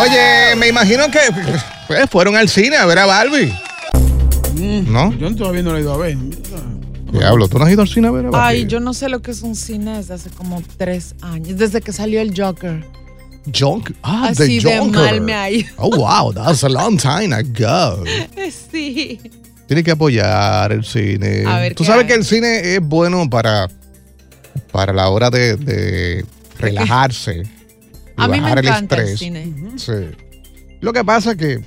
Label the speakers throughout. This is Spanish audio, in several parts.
Speaker 1: Oye, me imagino que pues, fueron al cine a ver a Barbie. ¿No?
Speaker 2: Mm. Yo todavía no lo he ido a ver.
Speaker 1: Diablo, ¿tú no has ido al cine a ver a Barbie?
Speaker 3: Ay, yo no sé lo que es un cine desde hace como tres años, desde que salió el Joker.
Speaker 1: Junk. Ah,
Speaker 3: Así
Speaker 1: The
Speaker 3: de
Speaker 1: Joker.
Speaker 3: mal me ha ido.
Speaker 1: Oh, wow, that's a long time ago.
Speaker 3: Sí.
Speaker 1: Tienes que apoyar el cine.
Speaker 3: A ver
Speaker 1: Tú
Speaker 3: qué
Speaker 1: sabes
Speaker 3: hay.
Speaker 1: que el cine es bueno para, para la hora de, de relajarse. y
Speaker 3: A mí me
Speaker 1: bajar el
Speaker 3: encanta el,
Speaker 1: estrés.
Speaker 3: cine.
Speaker 1: Sí. Lo que pasa es que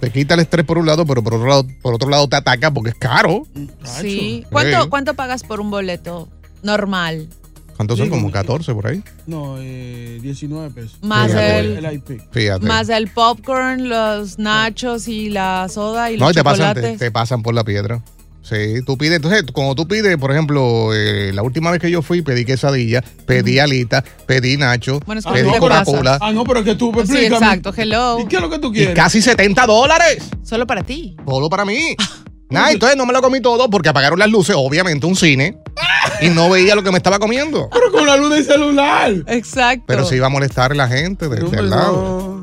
Speaker 1: te quita el estrés por un lado, pero por otro lado, por otro lado te ataca porque es caro.
Speaker 3: Sí.
Speaker 1: Sí.
Speaker 3: ¿Cuánto, ¿Cuánto pagas por un boleto normal?
Speaker 1: ¿Cuántos son?
Speaker 2: Sí,
Speaker 1: Como
Speaker 2: como-
Speaker 1: 14 por ahí.
Speaker 2: No, eh, 19 pesos.
Speaker 3: Más
Speaker 1: Fíjate.
Speaker 3: el,
Speaker 2: IP.
Speaker 1: Fíjate.
Speaker 3: más el popcorn, los nachos y la soda y los
Speaker 1: No, y te pasan, te,
Speaker 3: chocolates.
Speaker 1: te pasan por la piedra. Sí, tú pides, entonces, cuando tú pides, por ejemplo, eh, la última vez que yo fui, pedí quesadilla, pedí alita, pedí nacho,
Speaker 3: Bueno, es que
Speaker 1: pedí
Speaker 3: tú te Pues
Speaker 1: Coca-Cola,
Speaker 2: Ah, no, pero es que tú,
Speaker 3: Sí,
Speaker 2: explícame.
Speaker 3: exacto, hello.
Speaker 2: ¿Y qué es lo que tú
Speaker 1: y
Speaker 2: quieres?
Speaker 1: casi 70 dólares,
Speaker 3: Solo para ti.
Speaker 1: solo para mí. Nah, entonces no me lo comí todo porque apagaron las luces, obviamente, un cine, y no veía lo que me estaba comiendo.
Speaker 2: Pero con la luz del celular.
Speaker 3: Exacto.
Speaker 1: Pero se iba a molestar la gente desde
Speaker 2: No,
Speaker 1: al
Speaker 2: pero
Speaker 1: lado.
Speaker 2: no.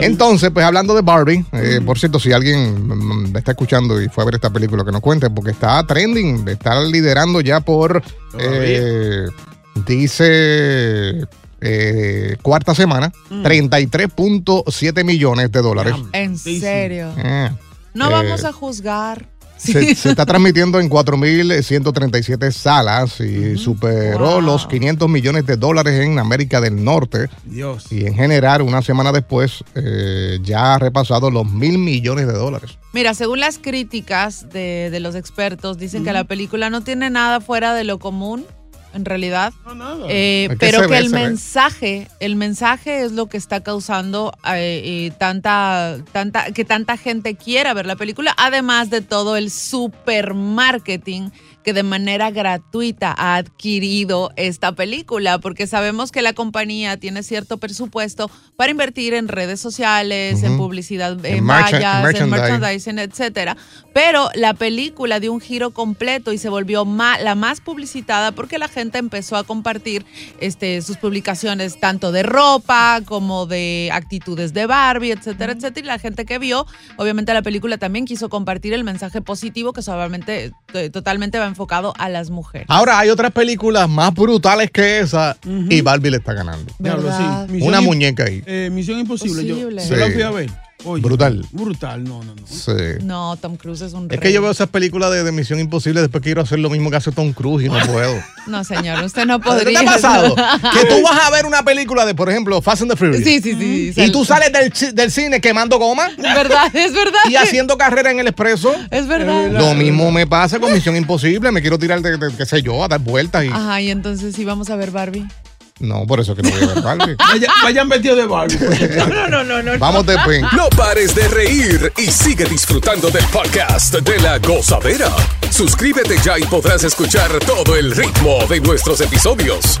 Speaker 1: Entonces, pues hablando de Barbie, eh, por cierto, si alguien mm, me está escuchando y fue a ver esta película, que nos cuente, porque está trending, está liderando ya por, eh, dice, eh, cuarta semana, 33.7 millones de dólares.
Speaker 3: En serio.
Speaker 1: Eh,
Speaker 3: No
Speaker 1: Eh,
Speaker 3: vamos a juzgar.
Speaker 1: Se, se está transmitiendo en 4.137 salas y superó
Speaker 3: Wow.
Speaker 1: los 500 millones de dólares en América del Norte.
Speaker 2: Dios.
Speaker 1: Y en general, una semana después, eh, ya ha repasado los mil millones de dólares.
Speaker 3: Mira, según las críticas de, de los expertos, dicen que la película no tiene nada fuera de lo común, en realidad,
Speaker 2: No, nada.
Speaker 3: eh,
Speaker 1: Es que
Speaker 3: pero
Speaker 1: se
Speaker 3: que
Speaker 1: ve,
Speaker 3: el
Speaker 1: se ve.
Speaker 3: mensaje, el mensaje es lo que está causando eh, eh, tanta, tanta, que tanta gente quiera ver la película, además de todo el supermarketing que de manera gratuita ha adquirido esta película, porque sabemos que la compañía tiene cierto presupuesto para invertir en redes sociales, en
Speaker 1: Ujú.
Speaker 3: publicidad
Speaker 1: En
Speaker 3: en
Speaker 1: mercha-
Speaker 3: vallas, en
Speaker 1: merchandise.
Speaker 3: merchandising, etcétera. Pero la película dio un giro completo y se volvió ma- la más publicitada porque la gente empezó a compartir este, sus publicaciones tanto de ropa como de actitudes de Barbie, etcétera, etcétera. Y la gente que vio, obviamente la película también quiso compartir el mensaje positivo que solamente to- totalmente va enfocado a las mujeres.
Speaker 1: Ahora hay otras películas más brutales que esa y Barbie le está ganando.
Speaker 2: Diablo, sí.
Speaker 3: ¿Verdad?
Speaker 2: Misión
Speaker 1: una
Speaker 2: im-
Speaker 1: muñeca ahí.
Speaker 2: eh, Misión Imposible. Yo,
Speaker 3: Posible.
Speaker 2: yo la
Speaker 1: Sí.
Speaker 2: fui a ver.
Speaker 1: Brutal.
Speaker 2: Brutal, no, no, no.
Speaker 1: Sí.
Speaker 3: No, Tom Cruise es un
Speaker 1: Es
Speaker 3: rey.
Speaker 1: que yo veo esas películas de, de Misión Imposible, después quiero hacer lo mismo que hace Tom Cruise y no puedo.
Speaker 3: No, señor, usted no
Speaker 1: ¿Qué
Speaker 3: podría.
Speaker 1: te ha pasado? que tú vas a ver una película de, por ejemplo, Fast and the Furious.
Speaker 3: Sí, sí, sí.
Speaker 1: Y
Speaker 3: sal-
Speaker 1: tú sales del, chi- del cine quemando goma.
Speaker 3: verdad, es verdad.
Speaker 1: Y haciendo carrera en el expreso.
Speaker 3: Es verdad.
Speaker 1: Lo mismo me pasa con Misión Imposible. Me quiero tirar de, de- qué sé yo, a dar vueltas y.
Speaker 3: Ajá, y entonces sí vamos a ver Barbie.
Speaker 1: No, por eso es que no voy a ver ¡Ah! Barbie.
Speaker 2: Vayan, vayan vestidos de Barbie.
Speaker 3: No, no, no, no.
Speaker 1: Vamos de pin.
Speaker 4: No pares de reír y sigue disfrutando del podcast de la gozadera. Suscríbete ya y podrás escuchar todo el ritmo de nuestros episodios.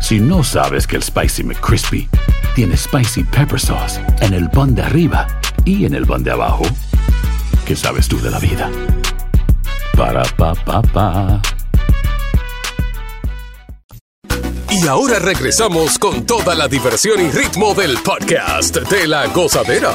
Speaker 5: Si no sabes que el Spicy McCrispy tiene Spicy Pepper Sauce en el pan de arriba y en el pan de abajo, ¿qué sabes tú de la vida? Para, pa, pa, pa.
Speaker 4: Y ahora regresamos con toda la diversión y ritmo del podcast de la gozadera.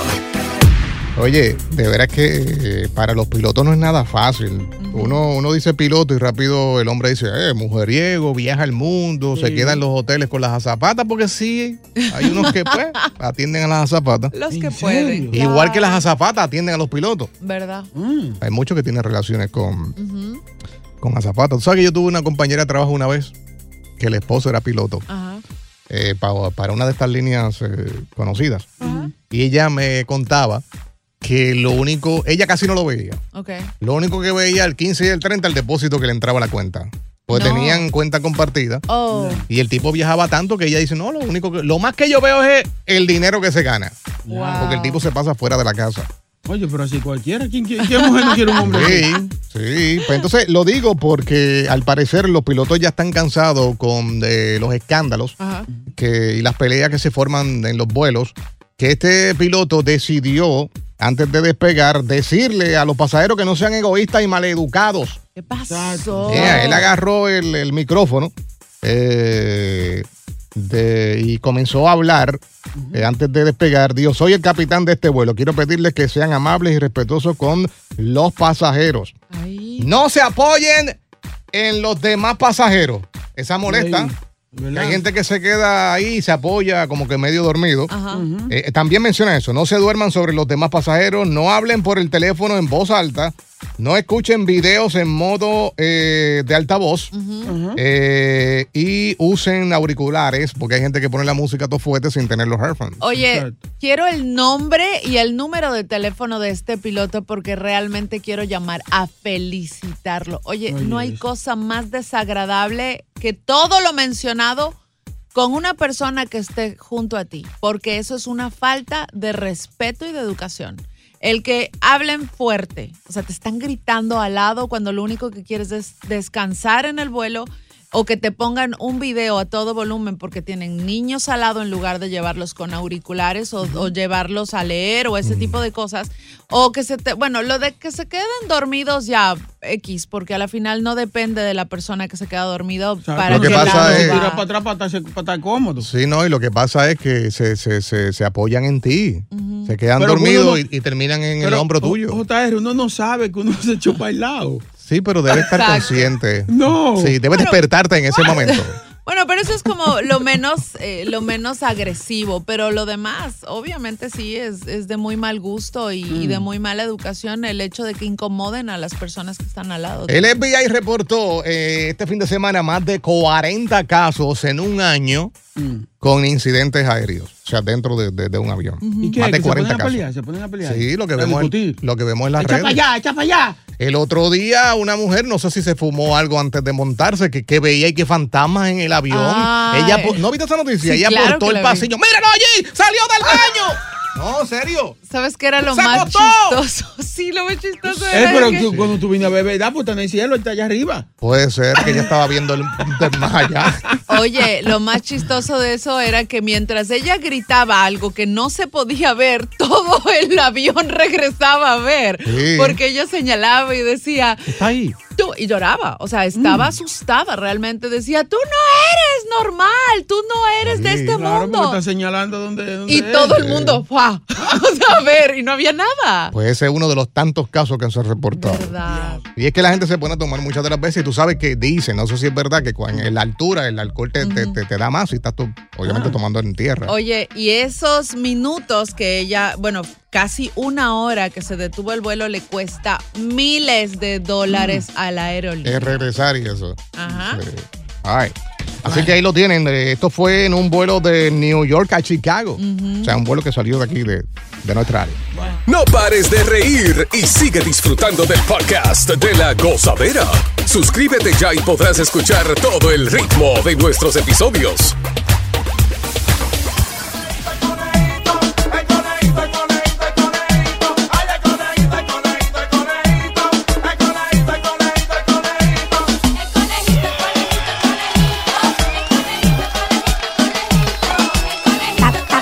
Speaker 1: Oye, de veras que eh, para los pilotos no es nada fácil. Uno, uno dice piloto y rápido el hombre dice, eh, mujeriego, viaja al mundo, se queda en los hoteles con las azapatas, porque sí, hay unos que pues atienden a las azapatas.
Speaker 3: Los que pueden.
Speaker 1: Igual que Mm. las azafatas atienden a los pilotos.
Speaker 3: ¿Verdad?
Speaker 1: Hay muchos que tienen relaciones con, con azafatas. Tú sabes que yo tuve una compañera de trabajo una vez que el esposo era piloto
Speaker 3: Ajá.
Speaker 1: eh, pa- para una de estas líneas eh, conocidas. Y ella me contaba que lo único, ella casi no lo veía.
Speaker 3: Ok.
Speaker 1: Lo único que veía el 15 y el 30 el depósito que le entraba a la cuenta. Pues
Speaker 3: No.
Speaker 1: tenían cuenta compartida.
Speaker 3: Oh.
Speaker 1: Y el tipo viajaba tanto que ella dice, no, lo único que, lo más que yo veo es el dinero que se gana. Porque el tipo se pasa fuera de la casa.
Speaker 2: Oye, pero así cualquiera. ¿Quién, quién- qué mujer no quiere un hombre?
Speaker 1: Sí,
Speaker 2: así?
Speaker 1: sí. Pues entonces lo digo porque al parecer los pilotos ya están cansados con eh, los escándalos
Speaker 3: Ajá.
Speaker 1: que, y las peleas que se forman en los vuelos, que este piloto decidió, antes de despegar, decirle a los pasajeros que no sean egoístas y maleducados.
Speaker 3: ¿Qué pasó?
Speaker 1: Yeah, Eh, él agarró el, el micrófono eh, de- y comenzó a hablar eh, antes de despegar. Dijo, soy el capitán de este vuelo. Quiero pedirles que sean amables y respetuosos con los pasajeros. No se apoyen en los demás pasajeros. Esa molesta. que hay gente que se queda ahí y se apoya como que medio dormido. Eh, también menciona eso, no se duerman sobre los demás pasajeros, no hablen por el teléfono en voz alta, no escuchen videos en modo eh, de altavoz eh, y usen auriculares, porque hay gente que pone la música a todo fuerte sin tener los headphones.
Speaker 3: Oye, quiero el nombre y el número de teléfono de este piloto porque realmente quiero llamar a felicitarlo. Oye,
Speaker 6: Oye,
Speaker 3: no hay cosa más desagradable que todo lo mencionado con una persona que esté junto a ti, porque eso es una falta de respeto y de educación. El que hablen fuerte, o sea, te están gritando al lado cuando lo único que quieres es descansar en el vuelo o que te pongan un video a todo volumen porque tienen niños al lado en lugar de llevarlos con auriculares o, o llevarlos a leer o ese tipo de cosas. O que se te, bueno, lo de que se queden dormidos ya X, porque a la final no depende de la persona que se queda dormido para
Speaker 1: lo que
Speaker 3: qué
Speaker 1: pasa
Speaker 3: lado
Speaker 1: es-
Speaker 3: va.
Speaker 2: Tira para atrás para estar, para estar cómodo.
Speaker 1: Sí, no, y lo que pasa es que se, se- se- se apoyan en ti, se quedan
Speaker 2: Pero
Speaker 1: dormidos
Speaker 2: uno
Speaker 1: y, y terminan en el
Speaker 2: Pero,
Speaker 1: hombro
Speaker 2: o-
Speaker 1: tuyo.
Speaker 2: JR, uno no sabe que uno se echó bailado.
Speaker 1: Sí, pero debes estar
Speaker 2: Exacto.
Speaker 1: consciente.
Speaker 2: No.
Speaker 1: Sí, debes despertarte en ese momento.
Speaker 3: Bueno, pero eso es como lo menos, eh, lo menos agresivo, pero lo demás, obviamente sí, es, es de muy mal gusto y, y de muy mala educación el hecho de que incomoden a las personas que están al lado.
Speaker 1: El FBI reportó eh, este fin de semana más de 40 casos en un año con incidentes aéreos, o sea, dentro de, de- de un avión.
Speaker 2: ¿Y qué?
Speaker 1: más
Speaker 2: ¿Que
Speaker 1: de
Speaker 2: se ponen
Speaker 1: 40
Speaker 2: a
Speaker 1: casos.
Speaker 2: pelear? ¿Se ponen a pelear?
Speaker 1: Sí, lo que,
Speaker 2: ¿A
Speaker 1: vemos en,
Speaker 2: discutir?
Speaker 1: lo que vemos en las
Speaker 2: ¡Echa para
Speaker 1: redes.
Speaker 2: allá, echa para allá!
Speaker 1: El otro día una mujer, no sé si se fumó algo antes de montarse, que, que veía y que fantasmas en el avión.
Speaker 2: Ay.
Speaker 1: Ella, po- ¿No viste esa noticia?
Speaker 2: Sí,
Speaker 1: Ella
Speaker 2: claro
Speaker 1: por todo
Speaker 2: que
Speaker 1: el
Speaker 2: la vi.
Speaker 1: pasillo. ¡Míralo allí! ¡Salió del baño! No, serio.
Speaker 3: ¿Sabes qué era lo
Speaker 1: ¡Se
Speaker 3: más
Speaker 1: botó!
Speaker 3: chistoso? Sí, lo más chistoso
Speaker 2: Eh,
Speaker 3: era
Speaker 2: pero
Speaker 3: que-
Speaker 2: tú- cuando tú viniste a beber, da, pues está en el cielo, está allá arriba.
Speaker 1: Puede ser que ella estaba viendo el, del más allá.
Speaker 3: Oye, lo más chistoso de eso era que mientras ella gritaba algo que no se podía ver, todo el avión regresaba a ver.
Speaker 6: Sí.
Speaker 3: Porque ella señalaba y decía,
Speaker 6: Está ahí. Mm.
Speaker 3: tú, y lloraba. O sea, estaba asustada realmente. Decía, tú no eres normal, tú no eres de este
Speaker 2: Claro, porque
Speaker 3: mundo.
Speaker 2: está señalando dónde, dónde
Speaker 3: Y
Speaker 2: es.
Speaker 3: todo el mundo, ¡fua! O sea, a ver, y no había nada.
Speaker 1: Pues ese es uno de los tantos casos que se han reportado.
Speaker 3: ¿Verdad?
Speaker 1: Y es que la gente se pone a tomar muchas de las veces y tú sabes que dicen, no sé si es verdad, que cuando- en la altura el alcohol te, te- te- te da más y estás tú, obviamente tomando en tierra.
Speaker 3: Ah. Oye, y esos minutos que ella, bueno, casi una hora que se detuvo el vuelo le cuesta miles de dólares a la aerolínea.
Speaker 1: Es regresar y eso.
Speaker 3: Ajá.
Speaker 1: Sí. Ay. Así que ahí lo tienen. Eh, Esto fue en un vuelo de New York a Chicago. O sea, un vuelo que salió de aquí, de, de nuestra área.
Speaker 4: No pares de reír y sigue disfrutando del podcast de la gozadera. Suscríbete ya y podrás escuchar todo el ritmo de nuestros episodios.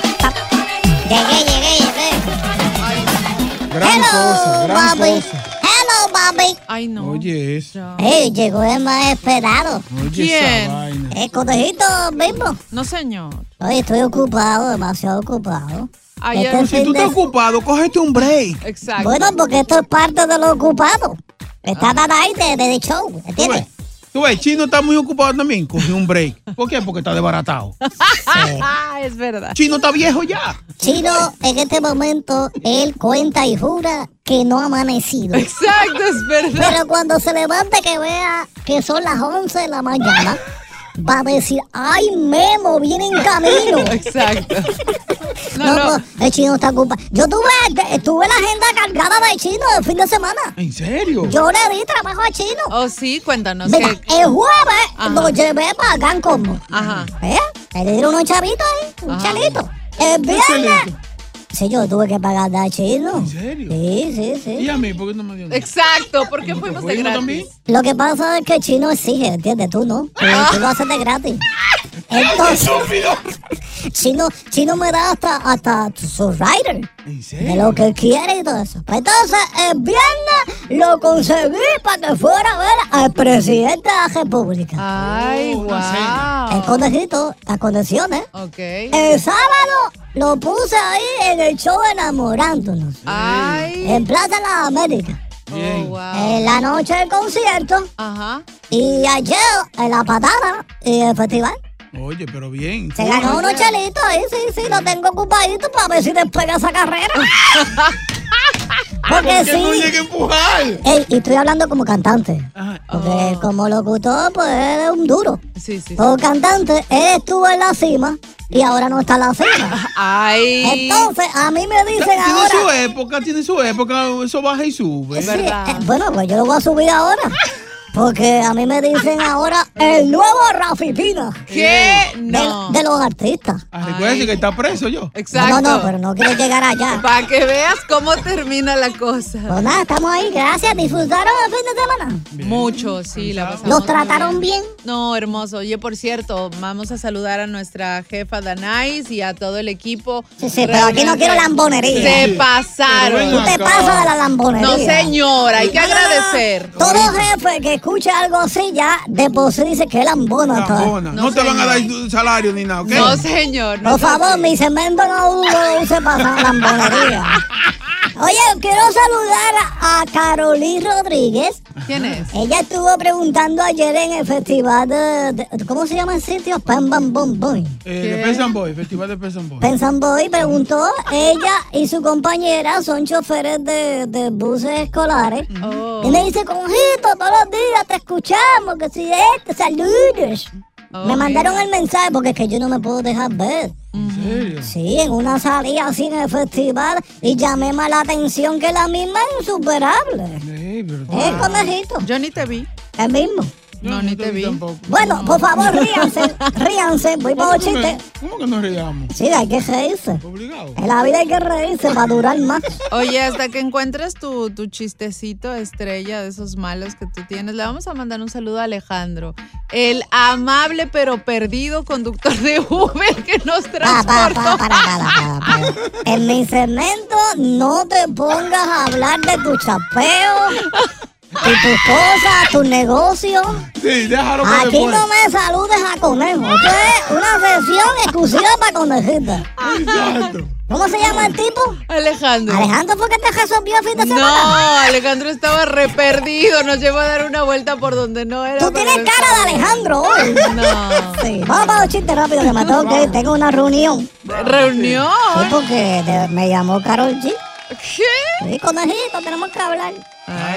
Speaker 7: Llegué, llegué, llegué.
Speaker 2: Gran cosa, gran
Speaker 7: Bobby.
Speaker 2: cosa.
Speaker 7: Hello, Bobby.
Speaker 3: Ay, no.
Speaker 2: Oye, es.
Speaker 7: Hey, llegó el más esperado.
Speaker 2: Oye, esa ¿Quién? vaina.
Speaker 7: El conejito mismo.
Speaker 3: No, señor.
Speaker 7: Oye, estoy ocupado, demasiado ocupado.
Speaker 3: Ayer-
Speaker 7: Este
Speaker 2: Si tú
Speaker 7: fin de-
Speaker 2: estás ocupado, cógete un break.
Speaker 3: Exacto.
Speaker 7: Bueno, porque esto es parte de lo ocupado.
Speaker 2: Ah.
Speaker 7: Está nada ahí de, de- de show, ¿entiendes?
Speaker 2: Tú ves, Chino está muy ocupado también. Coge un break. ¿Por qué? Porque está desbaratado.
Speaker 3: es verdad.
Speaker 2: Chino está viejo ya.
Speaker 7: Chino, en este momento, él cuenta y jura que no ha amanecido.
Speaker 3: Exacto, es verdad.
Speaker 7: Pero cuando se levante que vea que son las 11 de la mañana, va a decir, ¡ay, Memo, viene en camino!
Speaker 3: Exacto.
Speaker 7: No, no, el chino está ocupado. Yo tuve, eh, tuve la agenda cargada de chino el fin de semana.
Speaker 2: ¿En serio?
Speaker 7: Yo le di trabajo a chino.
Speaker 3: Oh, sí, cuéntanos.
Speaker 7: Mira,
Speaker 3: ¿qué-
Speaker 7: el jueves
Speaker 3: Ajá.
Speaker 7: lo llevé para Gran Combo.
Speaker 3: Ajá.
Speaker 7: ¿Eh? Le dieron unos chavitos ahí, un
Speaker 3: Ajá.
Speaker 7: chalito. El viernes. Sí, yo tuve que pagar a chino. ¿En
Speaker 2: serio?
Speaker 7: Sí, sí, sí.
Speaker 2: ¿Y a mí? ¿Por qué no me dio nada?
Speaker 3: Exacto, ¿por qué fuimos de
Speaker 2: fuimos
Speaker 3: gratis?
Speaker 2: también?
Speaker 7: Lo que pasa es que el chino exige, ¿entiendes? Tú no. Tú, tú lo haces de gratis. Entonces, chino, chino me da hasta, hasta su rider. De lo que quiere y todo eso. Pues Entonces, el viernes lo conseguí para que fuera a ver al presidente de la República.
Speaker 3: Ay, wow.
Speaker 7: El conejito, las conexiones.
Speaker 3: Ok.
Speaker 7: El sábado lo puse ahí en el show Enamorándonos.
Speaker 3: Ay.
Speaker 7: En Plaza Las Américas.
Speaker 3: Oh,
Speaker 2: Ah.
Speaker 3: wow.
Speaker 7: En la noche del concierto.
Speaker 3: Ajá.
Speaker 7: Y ayer en la patada y el festival.
Speaker 2: Oye, pero bien.
Speaker 7: Se ganó unos chelitos ahí, sí, sí, lo tengo ocupadito para ver si despega esa carrera. Porque
Speaker 2: ¿Por qué no llega a
Speaker 7: sí.
Speaker 2: empujar? Oh.
Speaker 7: Ey, y estoy hablando como cantante. Porque como locutor, pues eres un duro.
Speaker 3: Sí, sí.
Speaker 7: Como cantante, él estuvo en la cima y ahora no está en la cima.
Speaker 3: Ay.
Speaker 7: Entonces, a mí me dicen
Speaker 2: tiene
Speaker 7: ahora.
Speaker 2: su época, tiene su época, eso baja y sube.
Speaker 7: Sí, eh, bueno, pues yo lo voy a subir ahora. Porque a mí me dicen ahora el nuevo Rafi Pina.
Speaker 2: ¿Qué?
Speaker 7: De- De, los artistas.
Speaker 2: Ah, Recuerda que está preso yo.
Speaker 3: Exacto.
Speaker 7: No, no, pero no quiero llegar allá.
Speaker 3: Para que veas cómo termina la cosa.
Speaker 7: Pues nada, estamos ahí, gracias. Disfrutaron el fin de semana.
Speaker 3: Mucho, sí, la pasamos
Speaker 7: ¿Los
Speaker 3: muy
Speaker 7: trataron bien?
Speaker 3: No, hermoso. Oye, por cierto, vamos a saludar a nuestra jefa Danais y a todo el equipo.
Speaker 7: Sí, sí, pero aquí no quiero lambonería.
Speaker 3: Se pasaron.
Speaker 7: Tú te pasas de la lambonería.
Speaker 3: No, señor, hay que
Speaker 7: No, no, no.
Speaker 3: agradecer.
Speaker 7: Todo jefe que escucha algo así ya de por sí dice que es lambona. está.
Speaker 2: Bona, no, te van a dar tu salario ni nada, ¿ok?
Speaker 3: No, señor. no
Speaker 7: Por favor,
Speaker 3: sé.
Speaker 7: mi cemento no lo use para lambonería. Oye, quiero saludar a a Carolí Rodríguez.
Speaker 3: ¿Quién es?
Speaker 7: Ella estuvo preguntando ayer en el festival de, de- ¿cómo se llama el sitio? Pam Bam Bom Boy.
Speaker 2: Eh, de Pesan Boy, Festival de Pesan Boy.
Speaker 7: Pensan Boy preguntó, ella y su compañera son choferes de, de buses escolares. Y me dice, conjito, todos los días te escuchamos, que si este, saludos. Me mandaron el mensaje porque es que yo no me puedo dejar ver.
Speaker 2: ¿En serio?
Speaker 7: Sí, en una salida así en el festival y llamé más la atención que la misma es insuperable.
Speaker 2: Ey, pero-
Speaker 7: Es conejito.
Speaker 3: Yo ni te vi.
Speaker 7: El mismo.
Speaker 3: No, ni te vi.
Speaker 7: Bueno, por favor, ríanse, ríanse, voy para los chistes.
Speaker 2: ¿Cómo que no reíamos?
Speaker 7: Sí, hay que reírse. En la vida hay que reírse para durar más.
Speaker 3: Oye, hasta que encuentres tu, tu chistecito estrella de esos malos que tú tienes, le vamos a mandar un saludo a Alejandro, el amable pero perdido conductor de Uber que nos transportó.
Speaker 7: En mi segmento no te pongas a hablar de tu chapeo, de tus cosas, tus negocios.
Speaker 2: Sí, déjalo que
Speaker 7: Aquí
Speaker 2: después.
Speaker 7: no me saludes a conejo. Esto es una sesión exclusiva para conejita.
Speaker 2: Exacto.
Speaker 7: ¿Cómo se llama el tipo?
Speaker 3: Alejandro.
Speaker 7: Alejandro fue que te resolvió el fin de
Speaker 3: No,
Speaker 7: semana.
Speaker 3: Alejandro estaba re perdido, nos llevó a dar una vuelta por donde no era. Tú tienes
Speaker 7: cara de Alejandro hoy.
Speaker 3: No.
Speaker 7: Sí, vamos para los chistes rápido que me tengo que ir. Tengo una reunión.
Speaker 3: ¿Reunión?
Speaker 7: Sí, porque te- me llamó Carol G.
Speaker 3: ¿Qué?
Speaker 7: Sí, conejito, tenemos que hablar.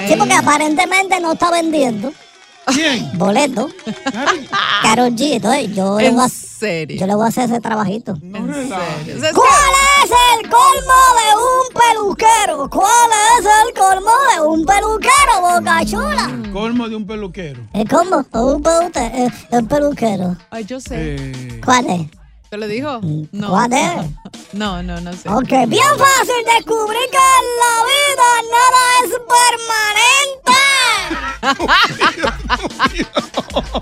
Speaker 7: Sí, porque aparentemente no está vendiendo.
Speaker 2: ¿Quién?
Speaker 7: Boleto. Carol G. Entonces, yo, le
Speaker 3: En
Speaker 7: voy a,
Speaker 3: serio.
Speaker 7: yo le voy a hacer ese trabajito.
Speaker 3: O sea, es que-
Speaker 7: ¿Cuál es el colmo de un peluquero? ¿Cuál es el colmo de un peluquero, bocachula?
Speaker 2: Colmo de un peluquero.
Speaker 7: ¿El colmo de un peluquero? El peluquero.
Speaker 3: Ay, yo sé.
Speaker 7: ¿Cuál es?
Speaker 3: ¿Te lo dijo? No.
Speaker 7: ¿Cuál es?
Speaker 3: No, no, no sé.
Speaker 7: Ok, bien fácil descubrir que en la vida nada es permanente.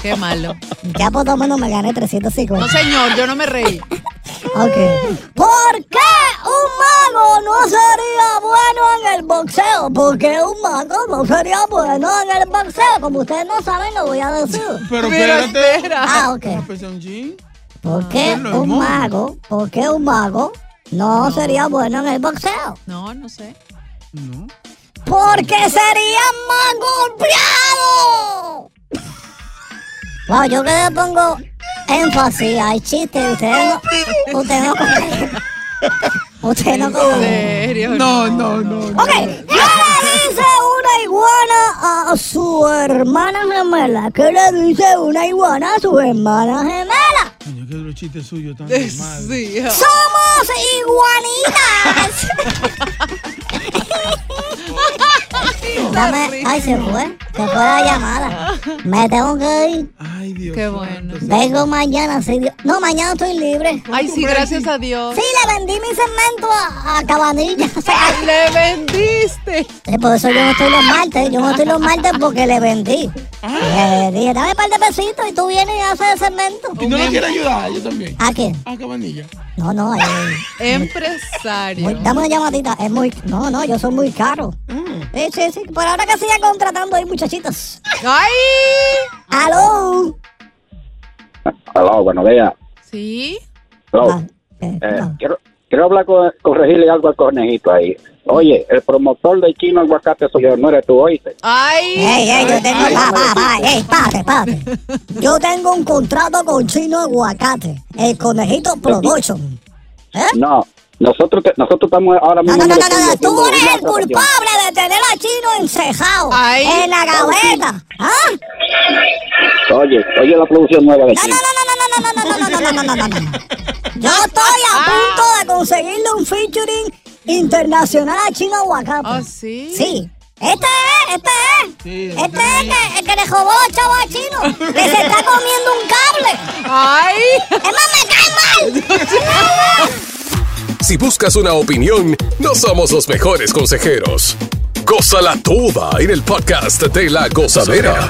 Speaker 3: Qué malo.
Speaker 7: Ya por lo menos me gané 350.
Speaker 3: No, señor, yo no me reí.
Speaker 7: Ok. ¿Por qué un mago no sería bueno en el boxeo? Porque un mago no sería bueno en el boxeo. Como ustedes no saben, lo voy a decir.
Speaker 2: Pero espérate.
Speaker 7: Ah, ok.
Speaker 2: Una pezón jean.
Speaker 7: ¿Por qué
Speaker 2: Ah, lo
Speaker 7: un
Speaker 2: hermoso.
Speaker 7: mago, por qué un mago no, sería bueno en el boxeo?
Speaker 3: No, no sé.
Speaker 7: Porque sería más golpeado. Wow, yo que le pongo énfasis al chiste. Ustedes no, ustedes no comprenden. Ustedes no comprenden.
Speaker 2: No, no, no.
Speaker 7: Ok, ¿qué le dice una iguana a su hermana gemela? ¿Qué le dice una iguana a su hermana gemela?
Speaker 2: Coño, que los chistes suyos están de madre.
Speaker 3: Sí.
Speaker 7: ¡Somos iguanitas! Dame- ay, se fue. Se fue la llamada. Me tengo que ir.
Speaker 2: Ay, Dios.
Speaker 3: Qué bueno.
Speaker 7: Vengo mañana. si Dios- no, mañana estoy libre.
Speaker 3: Ay, sí, gracias a Dios. ¡Ah,
Speaker 7: Sí, le vendí mi cemento a, a Cabanilla. O sea,
Speaker 3: ¡Le vendiste!
Speaker 7: Sí, por eso yo no estoy los martes. Yo no estoy los martes porque le vendí.
Speaker 3: Ah.
Speaker 7: Le dije, dame un par de pesitos y tú vienes y haces el cemento.
Speaker 2: Y no lo quiere ayudar, yo también.
Speaker 7: ¿A quién?
Speaker 2: Ah, cabanilla.
Speaker 7: No, no, eh,
Speaker 3: Em.
Speaker 7: muy-
Speaker 3: Empresario.
Speaker 7: dame una llamadita. Es muy. No, no, yo soy muy caro. Sí, sí, sí. Por ahora que siga contratando ahí, muchachitos.
Speaker 3: ¡Ay!
Speaker 7: ¡Aló!
Speaker 6: Aló, buenos días.
Speaker 3: Sí.
Speaker 6: Aló.
Speaker 7: Ah,
Speaker 6: Eh, quiero, quiero hablar con, corregirle algo al conejito ahí. Oye, el promotor de chino aguacate soy yo, no eres tú, oíste.
Speaker 3: ¡Ay!
Speaker 7: Ey, ey, yo tengo. Va, va, va, ey, párate, párate. Yo tengo un contrato con Chino Aguacate, el conejito Production.
Speaker 6: No, nosotros te- nosotros estamos ahora
Speaker 7: ¿Eh? No,
Speaker 6: mismo...
Speaker 7: no, no,
Speaker 6: en
Speaker 7: no,
Speaker 6: el
Speaker 7: no,
Speaker 6: estudio
Speaker 7: tú
Speaker 6: haciendo
Speaker 7: eres
Speaker 6: una
Speaker 7: el
Speaker 6: grabación.
Speaker 7: culpable de tener a Chino encejado
Speaker 3: Ay.
Speaker 7: en la gaveta. ¿Ah?
Speaker 6: Oye, oye la producción nueva de chino.
Speaker 7: no, no, no, no, no, no. Yo estoy a punto de conseguirle un featuring internacional a Chino Aguacate.
Speaker 3: ¿Ah, sí?
Speaker 7: Sí. Este es, este es.
Speaker 2: Sí,
Speaker 7: este es que, el que le robó el chavo a Chino. Que se está comiendo un cable.
Speaker 3: ¡Ay!
Speaker 7: Es más, me cae mal.
Speaker 4: Si buscas una opinión, no somos los mejores consejeros. Cosa la tuba en el podcast de la gozadera.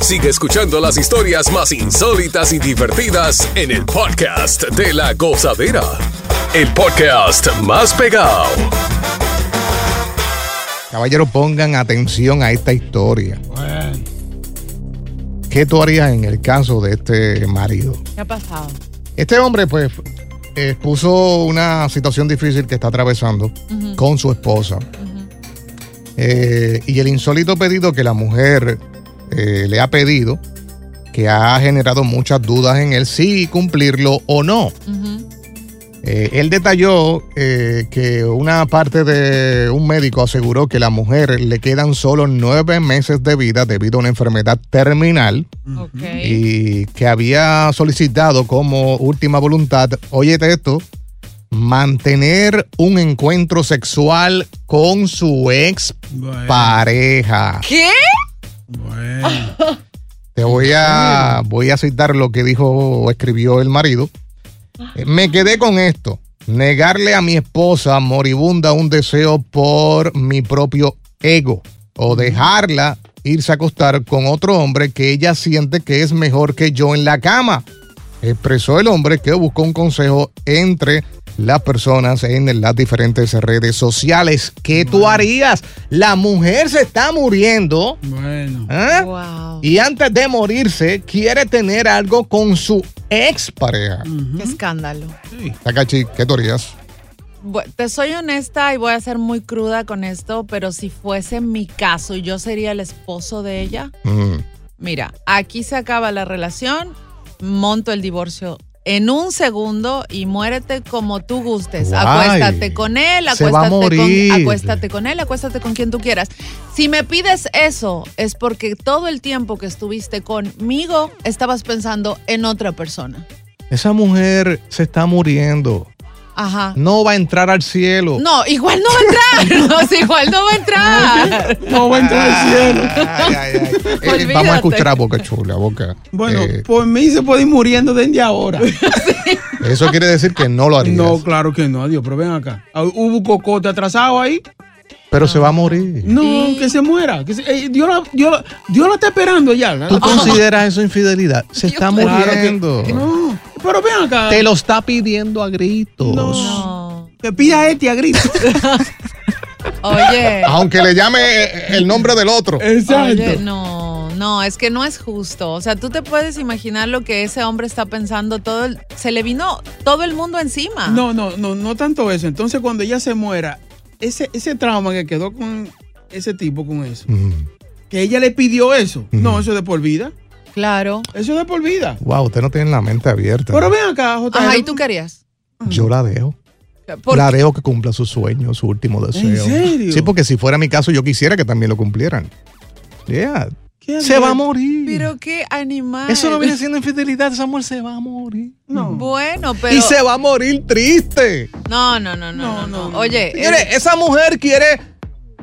Speaker 4: Sigue escuchando las historias más insólitas y divertidas en el podcast de la gozadera. El podcast más pegado.
Speaker 1: Caballeros, pongan atención a esta historia. ¿Qué tú harías en el caso de este marido?
Speaker 3: ¿Qué ha pasado?
Speaker 1: Este hombre, pues, expuso una situación difícil que está atravesando
Speaker 3: Ujú.
Speaker 1: con su esposa. Eh, y el insólito pedido que la mujer eh, le ha pedido, que ha generado muchas dudas en él, si cumplirlo o no. Eh, él detalló eh, que una parte de un médico aseguró que la mujer le quedan solo nueve meses de vida debido a una enfermedad terminal y que había solicitado como última voluntad, óyete esto, mantener un encuentro sexual con su ex pareja.
Speaker 3: ¿Qué?
Speaker 1: Te voy a, voy a citar lo que dijo o escribió el marido. Eh, Me quedé con esto. Negarle a mi esposa moribunda un deseo por mi propio ego o dejarla irse a acostar con otro hombre que ella siente que es mejor que yo en la cama. Expresó el hombre que buscó un consejo entre las personas en las diferentes redes sociales. ¿Qué tú harías? La mujer se está muriendo.
Speaker 2: Bueno.
Speaker 1: ¿Ah? Y antes de morirse, quiere tener algo con su expareja.
Speaker 3: Qué escándalo.
Speaker 1: Takachi, ¿qué tú harías?
Speaker 3: Bu- Te soy honesta y voy a ser muy cruda con esto, pero si fuese mi caso y yo sería el esposo de ella,
Speaker 1: Mm.
Speaker 3: mira, aquí se acaba la relación, monto el divorcio en un segundo y muérete como tú gustes.
Speaker 8: Guay.
Speaker 3: Acuéstate con él,
Speaker 8: Se va a
Speaker 3: acuéstate,
Speaker 8: morir.
Speaker 3: Con, acuéstate con él, acuéstate con quien tú quieras. Si me pides eso, es porque todo el tiempo que estuviste conmigo estabas pensando en otra persona.
Speaker 1: Esa mujer se está muriendo.
Speaker 3: Ajá.
Speaker 1: No va a entrar al cielo.
Speaker 3: No, igual no va a entrar. O sea, igual no va a entrar.
Speaker 2: No va a entrar al cielo.
Speaker 1: Eh, vamos a escuchar a Boca Chula, Boca.
Speaker 2: Bueno,
Speaker 1: Eh,
Speaker 2: por mí se puede ir muriendo desde ahora.
Speaker 1: eso quiere decir que no lo harías.
Speaker 2: No, claro que no, adiós, pero ven acá. Ah, Hubo un cocote atrasado ahí.
Speaker 1: Pero se va a morir.
Speaker 2: No, que se muera. que se- eh, Dios, la, Dios la- Dios la está esperando ya. la-
Speaker 1: ¿Tú
Speaker 2: la-
Speaker 1: consideras eso infidelidad? Se está
Speaker 2: Claro que-
Speaker 1: muriendo.
Speaker 2: No, pero ven acá.
Speaker 1: Te lo está pidiendo a gritos.
Speaker 2: Que pida este a gritos.
Speaker 3: Oye.
Speaker 1: Aunque le llame eh, el nombre del otro.
Speaker 3: Oye, no, no, es que no es justo. O sea, tú te puedes imaginar lo que ese hombre está pensando. Todo el- se le vino todo el mundo encima.
Speaker 2: No, no, no, no tanto eso. Entonces, cuando ella se muera, ese, ese trauma que quedó con ese tipo con eso, que ella le pidió eso. No, eso es de por vida.
Speaker 3: Claro.
Speaker 2: Eso es de por vida.
Speaker 1: Wow, usted no tiene la mente abierta.
Speaker 2: Pero ven acá, JR.
Speaker 3: Ajá, ¿y tú querías?
Speaker 1: Yo la dejo. La dejo que cumpla su sueño, su último deseo.
Speaker 2: serio?
Speaker 1: Sí, porque si fuera mi caso, yo quisiera que también lo cumplieran. Yeah. Se va a morir.
Speaker 3: Pero qué animal.
Speaker 1: Eso no viene siendo infidelidad, esa mujer se va a morir.
Speaker 3: Bueno, pero. Eh.
Speaker 1: Y se va a morir triste.
Speaker 3: No, no, no, no, no. no. Oye.
Speaker 1: Señores,
Speaker 3: el-
Speaker 1: esa mujer quiere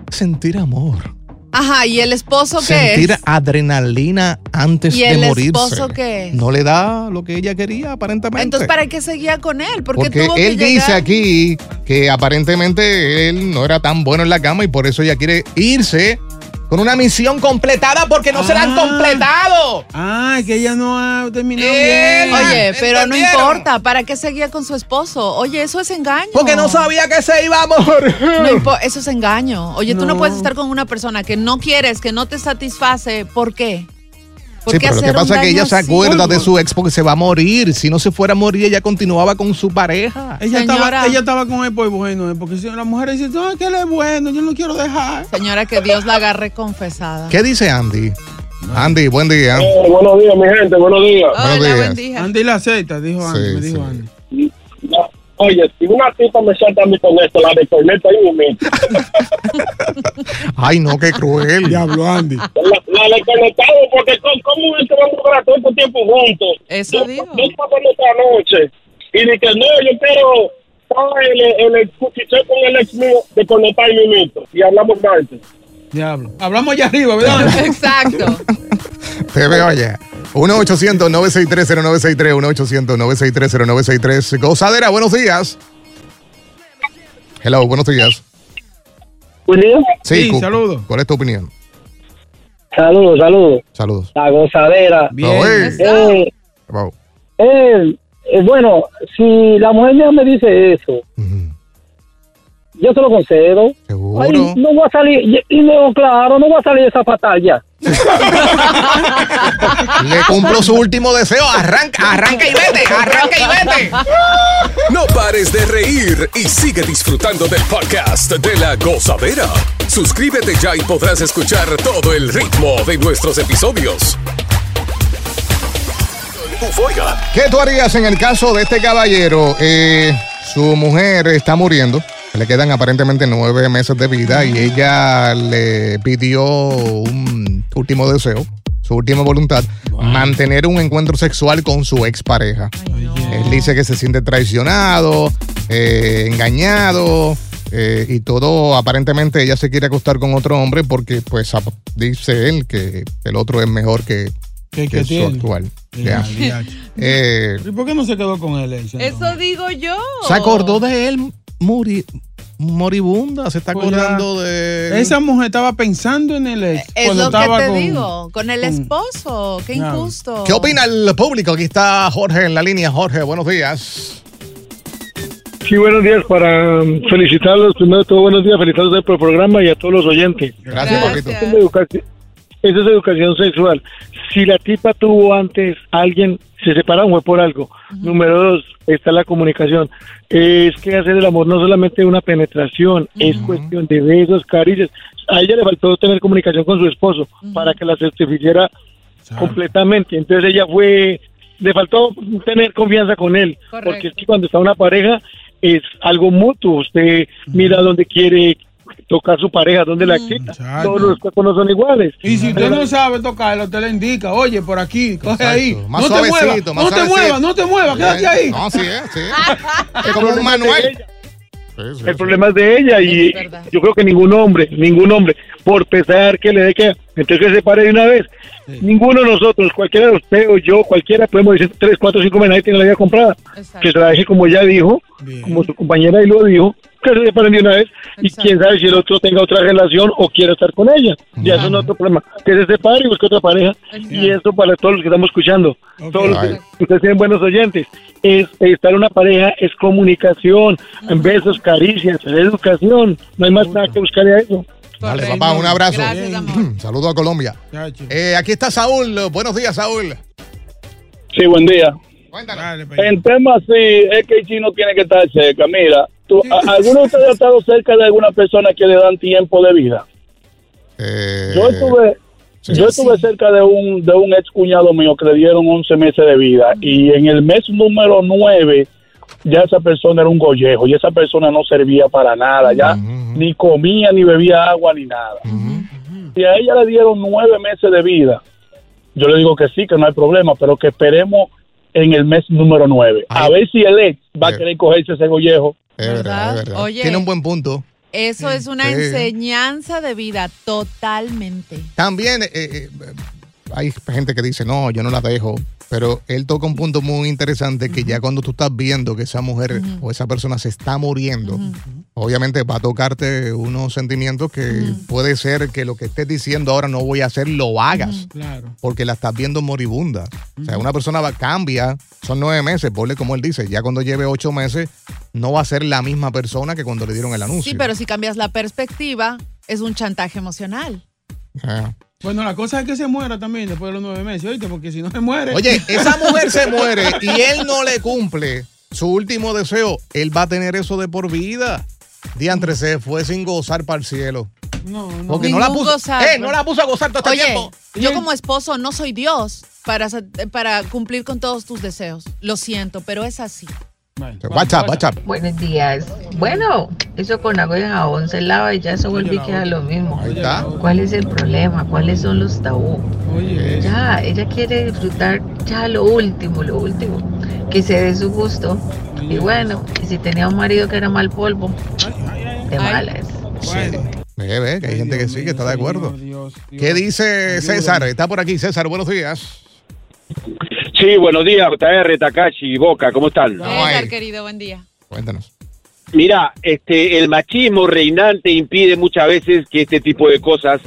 Speaker 1: sentir amor,
Speaker 3: Ajá, ¿y el esposo qué
Speaker 1: sentir
Speaker 3: es?
Speaker 1: adrenalina antes
Speaker 3: ¿Y
Speaker 1: de
Speaker 3: el
Speaker 1: morirse.
Speaker 3: esposo qué es?
Speaker 1: No le da lo que ella quería, aparentemente.
Speaker 3: Entonces, ¿para qué seguía con él? Porque,
Speaker 1: Porque
Speaker 3: tuvo
Speaker 1: él
Speaker 3: que
Speaker 1: dice
Speaker 3: llegar.
Speaker 1: aquí que aparentemente él no era tan bueno en la cama y por eso ella quiere irse con una misión completada porque no se la han
Speaker 2: Ah.
Speaker 1: completado.
Speaker 2: Ah, que ella no ha terminado
Speaker 1: Eh,
Speaker 2: bien.
Speaker 3: Oye, pero no
Speaker 1: ¿entendieron?
Speaker 3: importa, ¿para qué seguía con su esposo? Oye, eso es engaño.
Speaker 1: Porque no sabía que se iba a morir.
Speaker 3: No impo- eso es engaño. Oye, tú no
Speaker 1: No.
Speaker 3: puedes estar con una persona que no quieres, que no te satisface. ¿Por qué? ¿Por
Speaker 1: Sí,
Speaker 3: qué
Speaker 1: pero lo
Speaker 3: hacer
Speaker 1: que
Speaker 3: un
Speaker 1: pasa es que
Speaker 3: daño
Speaker 1: ella se
Speaker 3: así?
Speaker 1: acuerda de su ex porque se va a morir. Si no se fuera a morir, ella continuaba con su pareja.
Speaker 2: Ella
Speaker 3: Señora.
Speaker 2: estaba, ella estaba con él por bueno, eh, porque si la mujer dice, no, que él es bueno, yo no lo quiero dejar.
Speaker 3: Señora, que Dios la agarre confesada.
Speaker 1: ¿Qué dice Andy? Andy, buen día.
Speaker 9: Eh, buenos días, mi gente, buenos días.
Speaker 1: Buenos días.
Speaker 2: Andy la acepta, dijo Andy, me dijo Andy.
Speaker 9: No, Oye, si una tipa me salta a mí con esto, la de corneta ahí mismo.
Speaker 1: Ay, no, qué cruel.
Speaker 2: Diablo, Andy.
Speaker 9: La, la de cornetado, porque co- ¿cómo es que vamos a durar tanto tiempo juntos?
Speaker 3: Eso
Speaker 9: yo, digo. Yo estaba en esta noche y dije, no, yo quiero estar en el, en el cuchicheo con el ex mío de cornetar ahí mismo. Y hablamos martes.
Speaker 2: Diablo. Hablamos allá arriba, ¿verdad?
Speaker 3: Exacto.
Speaker 1: Te veo allá. 1-800-963-0963, 1-800-963-0963. Gozadera, buenos días. Hello, buenos días.
Speaker 10: ¿Buen día?
Speaker 1: Sí,
Speaker 10: Sí,
Speaker 1: cu-
Speaker 10: saludo.
Speaker 1: ¿Cuál es tu opinión?
Speaker 10: Saludos, saludos.
Speaker 1: Saludos.
Speaker 10: La gozadera.
Speaker 1: Bien.
Speaker 10: Eh,
Speaker 1: Wow.
Speaker 10: eh, eh, bueno, si la mujer mía me dice eso, yo se lo concedo. Ay, no voy a salir, y- y no, claro, no voy a salir de esa batalla.
Speaker 1: Le cumplo su último deseo. Arranca, arranca y vete. Arranca y vete.
Speaker 4: No pares de reír y sigue disfrutando del podcast de la gozadera. Suscríbete ya y podrás escuchar todo el ritmo de nuestros episodios. Euforia.
Speaker 1: ¿Qué tú harías en el caso de este caballero? Eh, su mujer está muriendo. Le quedan aparentemente nueve meses de vida y ella le pidió un último deseo, su última voluntad, mantener un encuentro sexual con su expareja. Él dice que se siente traicionado, eh, engañado eh, y todo. Aparentemente ella se quiere acostar con otro hombre porque, pues, ap- dice él que el otro es mejor que,
Speaker 2: Que-
Speaker 1: que
Speaker 2: que
Speaker 1: su
Speaker 2: tiene.
Speaker 1: actual.
Speaker 2: Ya,
Speaker 1: Ya.
Speaker 2: ya.
Speaker 1: Eh,
Speaker 2: ¿Y por qué no se quedó con él? eh, ella?
Speaker 3: Eso digo yo.
Speaker 1: se acordó de él muri- moribunda, se está
Speaker 2: Pues ya.
Speaker 1: acordando de...
Speaker 2: Esa mujer estaba pensando en el ex.
Speaker 3: Es
Speaker 2: cuando
Speaker 3: lo que
Speaker 2: estaba
Speaker 3: te
Speaker 2: con-
Speaker 3: digo, con el
Speaker 2: con-
Speaker 3: esposo. Qué
Speaker 1: Claro.
Speaker 3: injusto.
Speaker 1: ¿Qué opina el público? Aquí está Jorge en la línea. Jorge, buenos días.
Speaker 11: Sí, buenos días para um, felicitarlos. Primero de todo, buenos días, felicitarlos por el programa y a todos los oyentes.
Speaker 1: Gracias, papito.
Speaker 11: Esa es la educación- esa es educación sexual. Si la tipa tuvo antes a alguien, se separaron fue por algo. Número dos, está la comunicación. Es que hacer el amor no solamente una penetración, es cuestión de besos, caricias. A ella le faltó tener comunicación con su esposo para que la certificara completamente. Entonces ella fue, le faltó tener confianza con él, porque es que cuando está una pareja es algo mutuo. Usted mira dónde quiere tocar su pareja, dónde la quita. Todos los cuerpos no son iguales.
Speaker 2: Mm. Y si usted no sabe tocarlo, te le indica, oye, por aquí, coge ahí.
Speaker 11: Más
Speaker 2: no te muevas,
Speaker 11: suavecito, más
Speaker 2: no te
Speaker 11: suavecito.
Speaker 2: muevas, no te muevas, quédate ahí.
Speaker 1: No, sí es, sí es.
Speaker 11: El
Speaker 1: como un
Speaker 11: problema es de
Speaker 1: manual.
Speaker 11: El problema es de ella y yo creo que ningún hombre, ningún hombre, por pesar que le dé que, entonces que se pare de una vez. Ninguno de nosotros, cualquiera de usted o yo, cualquiera, podemos decir tres, cuatro, cinco meses, nadie tiene la vida comprada. Que trabaje como ella dijo, como su compañera y lo dijo, que se separen de una vez y quién sabe si el otro tenga otra relación o quiera estar con ella. Ya eso no es otro problema. Que se separe y busque otra pareja. Y eso para todos los que estamos escuchando. Todos los que, ustedes tienen buenos oyentes. Es estar en una pareja, es comunicación, besos, caricias, es educación. No hay más nada que buscar a eso.
Speaker 1: Dale, papá, un abrazo. Saludos a Colombia. Eh, aquí está Saúl. Buenos días, Saúl.
Speaker 12: Sí, buen día. En temas sí, es que el chino tiene que estar cerca. Mira, tú, a- ¿alguno de ustedes ha estado cerca de alguna persona que le dan tiempo de vida? yo estuve, yo estuve cerca de un, de un ex cuñado mío que le dieron 11 meses de vida y en el mes número 9 ya esa persona era un gollejo y esa persona no servía para nada, ya ni comía, ni bebía agua, ni nada. Si a ella le dieron nueve meses de vida, yo le digo que sí, que no hay problema, pero que esperemos en el mes número 9. A ver si el ex va a querer cogerse ese gollejo.
Speaker 1: Eh. Es verdad, es verdad.
Speaker 3: Oye.
Speaker 1: Tiene un buen punto.
Speaker 3: Eso es una
Speaker 1: Sí.
Speaker 3: enseñanza de vida totalmente.
Speaker 1: También eh, eh, hay gente que dice, no, yo no la dejo. Pero él toca un punto muy interesante que ya cuando tú estás viendo que esa mujer o esa persona se está muriendo, obviamente va a tocarte unos sentimientos que puede ser que lo que estés diciendo ahora no voy a hacer, lo hagas.
Speaker 2: Claro.
Speaker 1: porque la estás viendo moribunda. O sea, una persona va, cambia, son nueve meses, ponle como él dice, ya cuando lleve ocho meses no va a ser la misma persona que cuando le dieron el anuncio.
Speaker 3: Sí, pero si cambias la perspectiva, es un chantaje emocional.
Speaker 1: Ah.
Speaker 2: Bueno, la cosa es que se muera también después de los nueve meses, oíste, porque si no se muere.
Speaker 1: Oye, esa mujer se muere y él no le cumple su último deseo, él va a tener eso de por vida. Diantre se fue sin gozar para el cielo.
Speaker 2: No, no.
Speaker 1: Porque no la
Speaker 3: Ningún
Speaker 1: puso-
Speaker 3: gozar.
Speaker 1: eh, no la puso a gozar todo este
Speaker 3: Oye,
Speaker 1: tiempo.
Speaker 3: Yo como esposo no soy Dios para, sa- para cumplir con todos tus deseos. Lo siento, pero es así.
Speaker 1: WhatsApp, WhatsApp.
Speaker 13: Buenos días. Bueno, eso con agua y jabón se lava y ya eso volví que es lo mismo. ¿Cuál es el problema? ¿Cuáles son los tabú? Ya, ella quiere disfrutar ya lo último, lo último. Que se dé su gusto. Y bueno, y si tenía un marido que era mal polvo, de malas.
Speaker 1: Ve, ve, que hay gente que sí, que está de acuerdo. ¿Qué dice César? Está por aquí, César, buenos días.
Speaker 14: Sí, buenos días, JR, Takashi, Boca, ¿cómo están?
Speaker 3: César, querido, buen día.
Speaker 1: Cuéntanos.
Speaker 14: Mira, este, el machismo reinante impide muchas veces que este tipo de cosas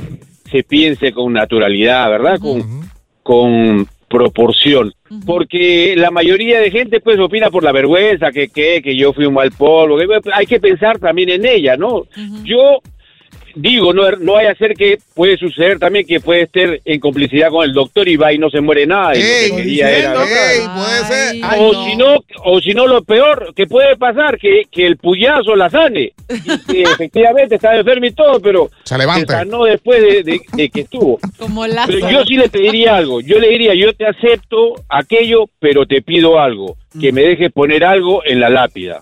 Speaker 14: se piense con naturalidad, ¿verdad? Con, con proporción. Porque la mayoría de gente pues opina por la vergüenza, que qué, que yo fui un mal polvo. que- pues, hay que pensar también en ella, ¿no? Yo digo, no, no vaya a ser que puede suceder también que puede estar en complicidad con el doctor y va y no se muere nada. y lo que quería era- o si no, o si no lo peor que puede pasar que, que el puyazo la sane. Y que efectivamente está enfermo y todo, pero
Speaker 1: Se levanta.
Speaker 14: sanó después de, de- de que estuvo.
Speaker 3: Como lazo.
Speaker 14: Pero yo sí le pediría algo. Yo le diría, yo te acepto aquello, pero te pido algo, que me dejes poner algo en la lápida.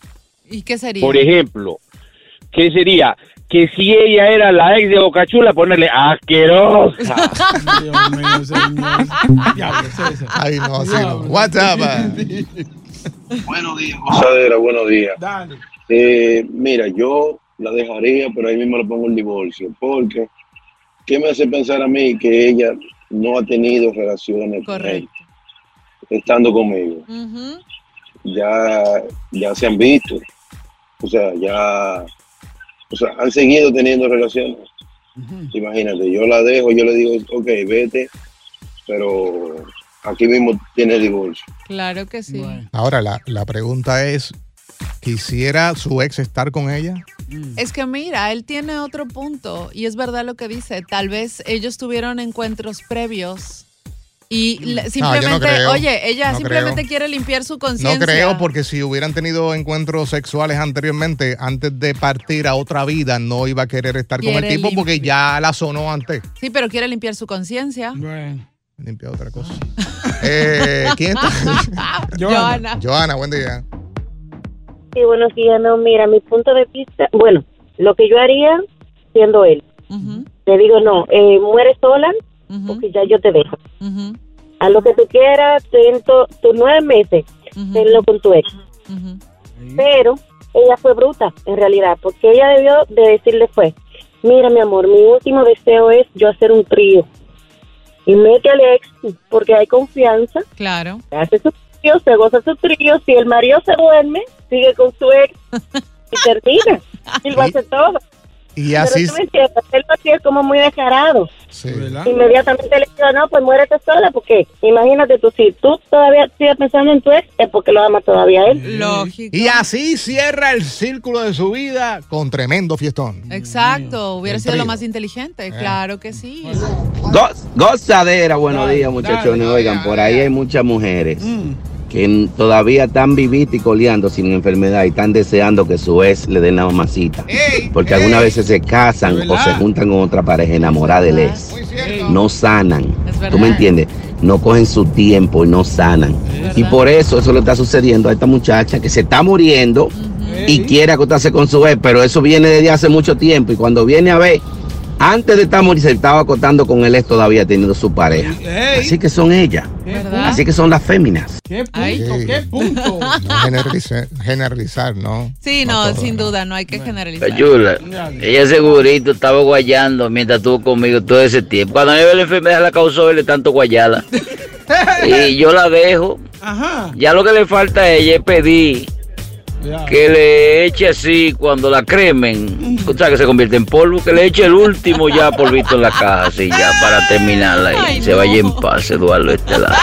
Speaker 3: ¿Y qué sería?
Speaker 14: Por ejemplo, ¿qué sería? Que si ella era la ex de Bocachula, ponerle asquerosa.
Speaker 1: Ay, no, así no. WhatsApp.
Speaker 15: Gozadera, buenos días. Eh, mira, yo la dejaría, pero ahí mismo le pongo el divorcio, porque ¿qué me hace pensar a mí que ella no ha tenido relaciones con él, estando conmigo? Ya, ya se han visto, o sea, ya, o sea, han seguido teniendo relaciones. Imagínate, yo la dejo, yo le digo, ok, vete, pero aquí mismo tiene divorcio.
Speaker 3: Claro que sí.
Speaker 1: Ahora, la, la pregunta es: ¿quisiera su ex estar con ella?
Speaker 3: Es que mira, él tiene otro punto y es verdad lo que dice. Tal vez ellos tuvieron encuentros previos y la-
Speaker 1: Mm. No, yo no
Speaker 3: simplemente,
Speaker 1: creo.
Speaker 3: oye, ella
Speaker 1: No
Speaker 3: simplemente
Speaker 1: creo.
Speaker 3: quiere limpiar su
Speaker 1: No
Speaker 3: conciencia.
Speaker 1: creo, porque si hubieran tenido encuentros sexuales anteriormente, antes de partir a otra vida, no iba a querer estar con el
Speaker 3: Quiere
Speaker 1: tipo porque ya la sonó antes.
Speaker 3: Sí, pero quiere limpiar su conciencia.
Speaker 1: Limpia otra cosa. Eh, ¿Quién está?
Speaker 3: Ah. Joana.
Speaker 1: Joana, buen día.
Speaker 16: Sí, buenos días. No, mira, mi punto de vista, bueno, lo que yo haría siendo él, le digo, no, eh, muere sola porque ya yo te dejo. A lo que tú quieras, dentro tus nueve meses, tenlo con tu ex. Pero ella fue bruta, en realidad, porque ella debió de decirle fue, mira, mi amor, mi último deseo es yo hacer un trío. Y mete al ex porque hay confianza.
Speaker 3: Claro.
Speaker 16: Hace su trío, se goza su trío. Si el marido se duerme, sigue con su ex y termina. Y lo hace todo.
Speaker 1: Y así.
Speaker 16: Pero tú me entiendes, él lo hacía como muy descarado. Inmediatamente le digo, no, pues muérete sola, porque imagínate tú, si tú todavía sigues pensando en tu ex, es porque lo ama todavía a él.
Speaker 3: Lógico.
Speaker 1: Y así cierra el círculo de su vida con tremendo fiestón.
Speaker 3: Exacto, hubiera
Speaker 1: El
Speaker 3: sido lo
Speaker 1: trío.
Speaker 3: más inteligente, claro
Speaker 2: Eh.
Speaker 3: que sí.
Speaker 17: Go- gozadera, buenos días muchachones. Oigan, por ahí hay muchas mujeres que n- todavía están vivitas y coleando sin enfermedad y están deseando que su ex le den la mamacita. Porque algunas veces se casan o se juntan con otra pareja enamorada del ex. No sanan. ¿Tú me entiendes? No cogen su tiempo y no sanan. Y por eso eso le está sucediendo a esta muchacha que se está muriendo y quiere acostarse con su ex, pero eso viene desde hace mucho tiempo y cuando viene a ver, antes de estar muriendo, se estaba acostando con él ex todavía teniendo su pareja. Así que son ellas.
Speaker 3: ¿Verdad?
Speaker 17: Así que son las féminas.
Speaker 2: ¿Qué punto?
Speaker 1: Sí.
Speaker 2: ¿Qué punto?
Speaker 1: Generalice- generalizar, ¿no?
Speaker 3: Sí, no, sin duda, no hay que generalizar.
Speaker 18: Chula, ella segurito estaba guayando mientras estuvo conmigo todo ese tiempo. Cuando me ve la enfermedad la causó él de tanto guayada. y yo la dejo.
Speaker 2: Ajá.
Speaker 18: Ya lo que le falta a ella es pedir que le eche así cuando la cremen, o sea que se convierte en polvo, que le eche el último ya polvito en la caja, así ya para terminarla y
Speaker 8: Ay,
Speaker 18: se vaya en paz, Eduardo este Estelar.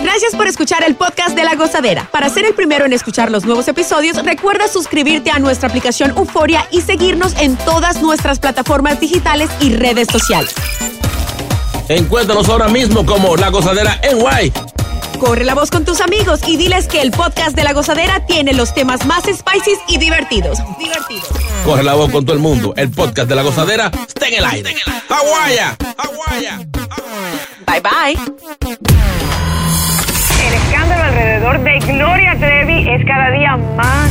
Speaker 8: Gracias por escuchar el podcast de La Gozadera. Para ser el primero en escuchar los nuevos episodios, recuerda suscribirte a nuestra aplicación Euforia y seguirnos en todas nuestras plataformas digitales y redes sociales.
Speaker 19: Encuéntranos ahora mismo como La Gozadera en Guay.
Speaker 8: Corre la voz con tus amigos y diles que el podcast de La Gozadera tiene los temas más spicy y divertidos. Divertidos.
Speaker 19: Corre la voz con todo el mundo. El podcast de La Gozadera está en el aire. ¡Aguaya!
Speaker 8: Bye bye.
Speaker 20: El escándalo alrededor de Gloria Trevi es cada día más